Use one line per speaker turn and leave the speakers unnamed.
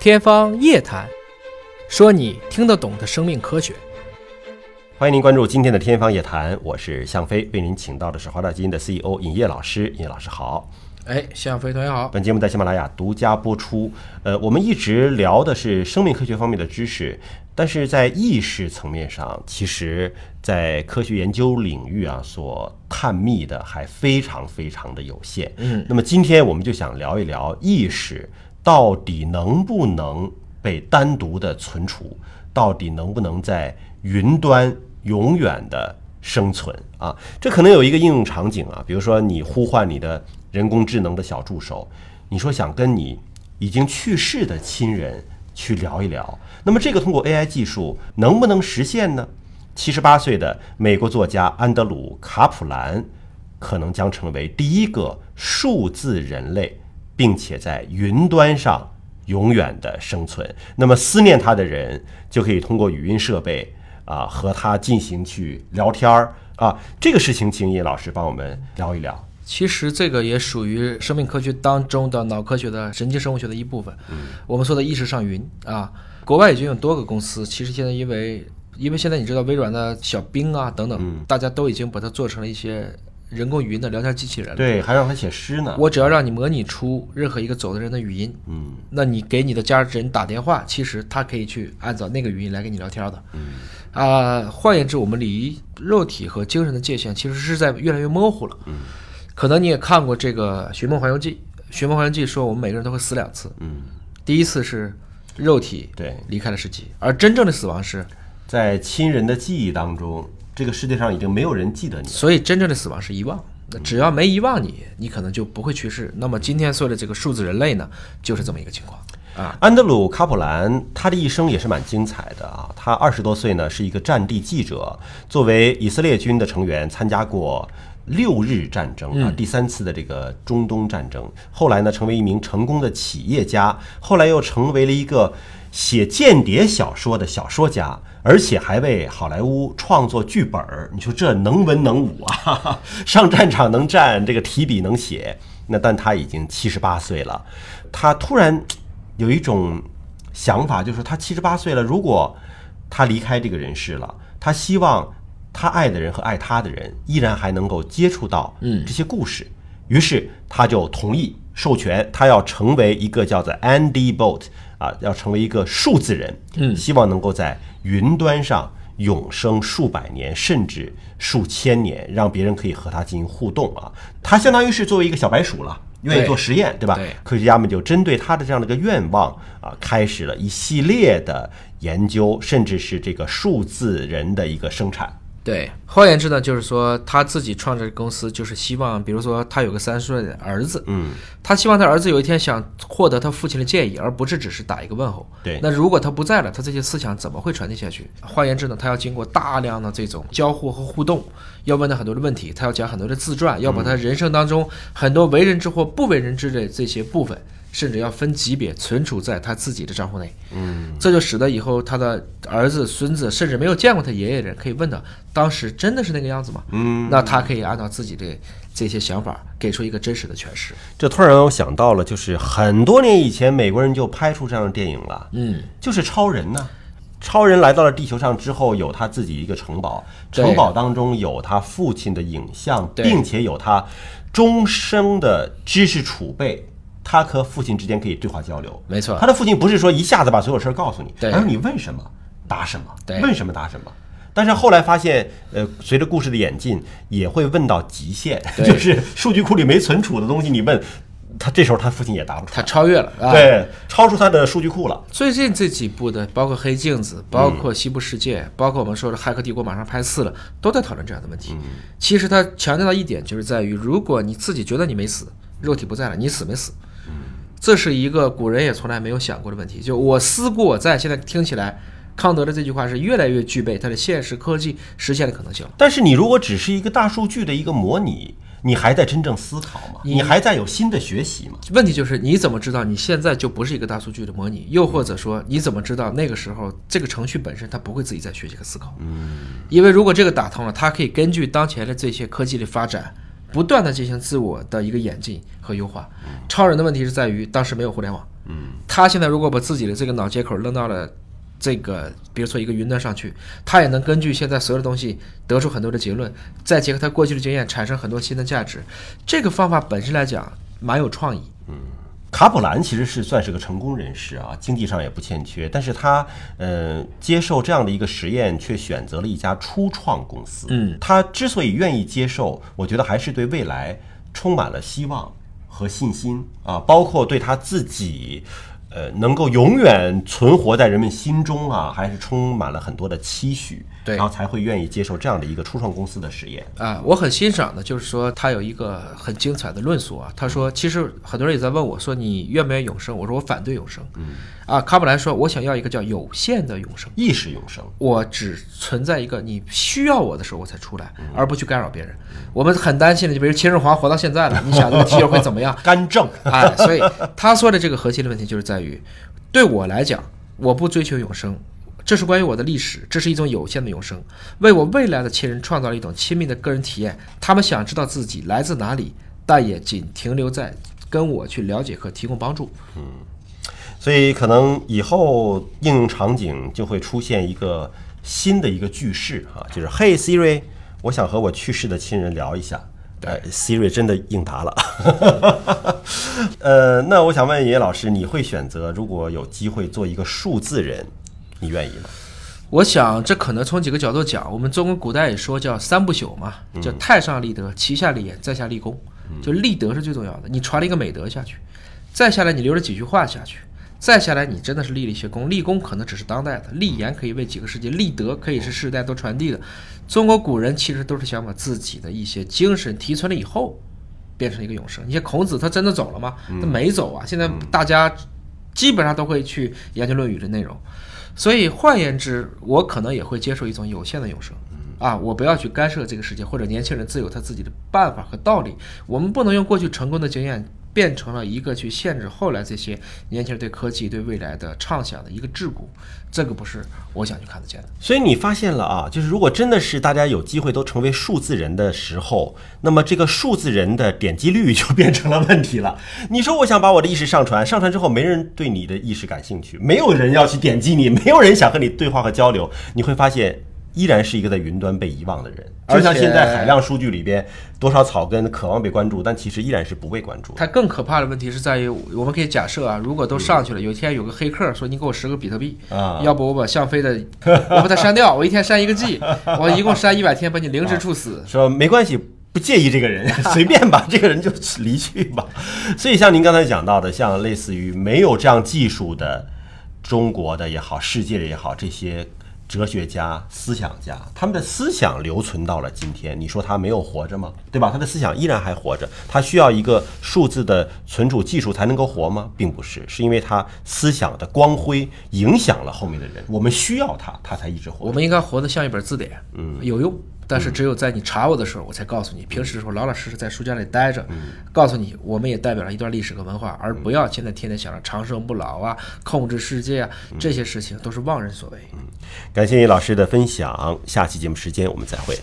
天方夜谭，说你听得懂的生命科学。
欢迎您关注今天的《天方夜谭》，我是向飞，为您请到的是华大基因的 CEO 尹烨老师。尹烨老师好，
哎，向飞同学好。
本节目在喜马拉雅独家播出。呃，我们一直聊的是生命科学方面的知识，但是在意识层面上，其实，在科学研究领域啊，所探秘的还非常非常的有限。嗯，那么今天我们就想聊一聊意识到底能不能被单独的存储，到底能不能在云端永远的生存啊？这可能有一个应用场景啊，比如说你呼唤你的人工智能的小助手，你说想跟你已经去世的亲人去聊一聊，那么这个通过 AI 技术能不能实现呢？七十八岁的美国作家安德鲁·卡普兰可能将成为第一个数字人类，并且在云端上永远的生存。那么思念他的人就可以通过语音设备啊和他进行去聊天儿啊。这个事情，请叶老师帮我们聊一聊。
其实这个也属于生命科学当中的脑科学的神经生物学的一部分。我们说的意识上云啊，国外已经有多个公司，其实现在因为因为现在你知道微软的小冰啊等等，大家都已经把它做成了一些人工语音的聊天机器人了。
对，还让他写诗呢。
我只要让你模拟出任何一个走的人的语音，啊嗯，那你给你的家人打电话，其实他可以去按照那个语音来跟你聊天的，嗯，啊、换言之，我们离肉体和精神的界限其实是在越来越模糊了，嗯，可能你也看过这个《寻梦环游记》，《寻梦环游记》说我们每个人都会死两次，
嗯，
第一次是肉体
对
离开了世界，而真正的死亡是，
在亲人的记忆当中，这个世界上已经没有人记得你了。
所以真正的死亡是遗忘。那只要没遗忘你，你可能就不会去世。那么今天说的这个数字人类呢，就是这么一个情况啊。
安德鲁·卡普兰他的一生也是蛮精彩的啊。他二十多岁呢，是一个战地记者，作为以色列军的成员，参加过六日战争啊，第三次的这个中东战争。后来呢，成为一名成功的企业家，后来又成为了一个写间谍小说的小说家，而且还为好莱坞创作剧本儿。你说这能文能武啊， 上战场能战，这个提笔能写。那但他已经七十八岁了，他突然有一种想法，就是他七十八岁了，如果他离开这个人世了，他希望他爱的人和爱他的人依然还能够接触到这些故事。于是他就同意授权，他要成为一个叫做 Andy Bolt 啊，要成为一个数字人，嗯，希望能够在云端上永生数百年，甚至数千年，让别人可以和他进行互动啊。他相当于是作为一个小白鼠了，愿意
对
做实验，对吧？
对
科学家们就针对他的这样的一个愿望啊，开始了一系列的研究，甚至是这个数字人的一个生产。
对，换言之呢，就是说他自己创这个公司，就是希望，比如说他有个三十岁的儿子，嗯，他希望他儿子有一天想获得他父亲的建议，而不是只是打一个问候。
对
那如果他不在了，他这些思想怎么会传递下去？换言之呢，他要经过大量的这种交互和互动，要问他很多的问题，他要讲很多的自传，要把他人生当中很多为人之或不为人知的这些部分。甚至要分级别存储在他自己的账户内，嗯，这就使得以后他的儿子、孙子，甚至没有见过他爷爷的人，可以问他当时真的是那个样子吗？嗯，那他可以按照自己的这些想法，给出一个真实的诠释。
这突然让我想到了，就是很多年以前美国人就拍出这样的电影了，
嗯，
就是超人呢、超人来到了地球上之后，有他自己一个城堡，
对
城堡当中有他父亲的影像，
对
并且有他终生的知识储备。他和父亲之间可以对话交流，
没错
他的父亲不是说一下子把所有事儿告诉你，
嗯对
而是你问什么答什么，
对
问什么答什么。但是后来发现，呃，随着故事的演进，也会问到极限，
对
就是数据库里没存储的东西，你问他，这时候他父亲也答不出来，
他超越了啊！，
对，超出他的数据库了。
最近这几部的，包括《黑镜子》，包括《西部世界》，包括我们说的《骇客帝国》马上拍四了，都在讨论这样的问题。其实他强调的一点就是在于，如果你自己觉得你没死，肉体不在了，你死没死？这是一个古人也从来没有想过的问题。就我思故我在，现在听起来，康德的这句话是越来越具备它的现实科技实现的可能性了。
但是你如果只是一个大数据的一个模拟，你还在真正思考吗？你还在有新的学习吗？
问题就是你怎么知道你现在就不是一个大数据的模拟？又或者说你怎么知道那个时候这个程序本身它不会自己在学习和思考？嗯，因为如果这个打通了，它可以根据当前的这些科技的发展，不断的进行自我的一个演进和优化。超人的问题是在于当时没有互联网，嗯，他现在如果把自己的这个脑接口扔到了这个，比如说一个云端上去，他也能根据现在所有的东西得出很多的结论，再结合他过去的经验产生很多新的价值。这个方法本身来讲蛮有创意，
卡普兰其实是算是个成功人士啊，经济上也不欠缺，但是他呃接受这样的一个实验，却选择了一家初创公司。
嗯，
他之所以愿意接受，我觉得还是对未来充满了希望和信心啊，包括对他自己。呃，能够永远存活在人们心中啊，还是充满了很多的期许，
对
然后才会愿意接受这样的一个初创公司的实验。
啊，我很欣赏的就是说他有一个很精彩的论述啊。他说，其实很多人也在问我说，你愿不愿意永生？我说我反对永生。嗯，啊，卡普兰说，我想要一个叫有限的永生，
意识永生，
我只存在一个你需要我的时候我才出来，而不去干扰别人。我们很担心的，就比如秦始皇活到现在了，你想这个基友会怎么样？
干政。
哎，所以他说的这个核心的问题就是在于，对我来讲，我不追求永生，这是关于我的历史，这是一种有限的永生，为我未来的亲人创造了一种亲密的个人体验。他们想知道自己来自哪里，但也仅停留在跟我去了解和提供帮助。
所以可能以后应用场景就会出现一个新的一个句式啊，就是 Hey Siri，我想和我去世的亲人聊一下。哎，Siri 真的应答了。 呃，那我想问野老师，你会选择如果有机会做一个数字人，你愿意吗？
我想，这可能从几个角度讲，我们中国古代也说叫三不朽嘛，叫太上立德，旗下立言，在下立功，就立德是最重要的。你传了一个美德下去，再下来你留了几句话下去，再下来你真的是立了一些功。立功可能只是当代的，立言可以为几个世界，立德可以是世代都传递的。中国古人其实都是想把自己的一些精神提存了以后，变成一个永生。你像孔子，他真的走了吗？他没走啊。现在大家基本上都会去研究《论语》的内容。所以换言之，我可能也会接受一种有限的永生。啊，我不要去干涉这个世界，或者年轻人自有他自己的办法和道理。我们不能用过去成功的经验变成了一个去限制后来这些年轻人对科技、对未来的畅想的一个桎梏，这个不是我想去看得见的。
所以你发现了啊，就是如果真的是大家有机会都成为数字人的时候，那么这个数字人的点击率就变成了问题了。你说我想把我的意识上传，上传之后没人对你的意识感兴趣，没有人要去点击你，没有人想和你对话和交流，你会发现。依然是一个在云端被遗忘的人，
而
就
且
像现在海量数据里边，多少草根渴望被关注，但其实依然是不被关注。
它更可怕的问题是在于，我们可以假设啊，如果都上去了，有一天有个黑客说你给我十个比特币，
啊
要不我把向飞的我把它删掉，我一天删一个 G，我一共删一百天，把你凌迟处死。
说没关系，不介意这个人，随便吧，这个人就离去吧。所以像您刚才讲到的，像类似于没有这样技术的中国的也好，世界的也好，这些哲学家、思想家，他们的思想留存到了今天。你说他没有活着吗？对吧？他的思想依然还活着。他需要一个数字的存储技术才能够活吗？并不是，是因为他思想的光辉影响了后面的人。我们需要他，他才一直活
我
着。
们应该活得像一本字典，嗯，有用。但是只有在你查我的时候，我才告诉你。平时的时候，老老实实在书架里待着，告诉你，我们也代表了一段历史和文化，而不要现在天天想着长生不老啊、控制世界啊，这些事情都是妄人所为。
感谢叶老师的分享，下期节目时间我们再会。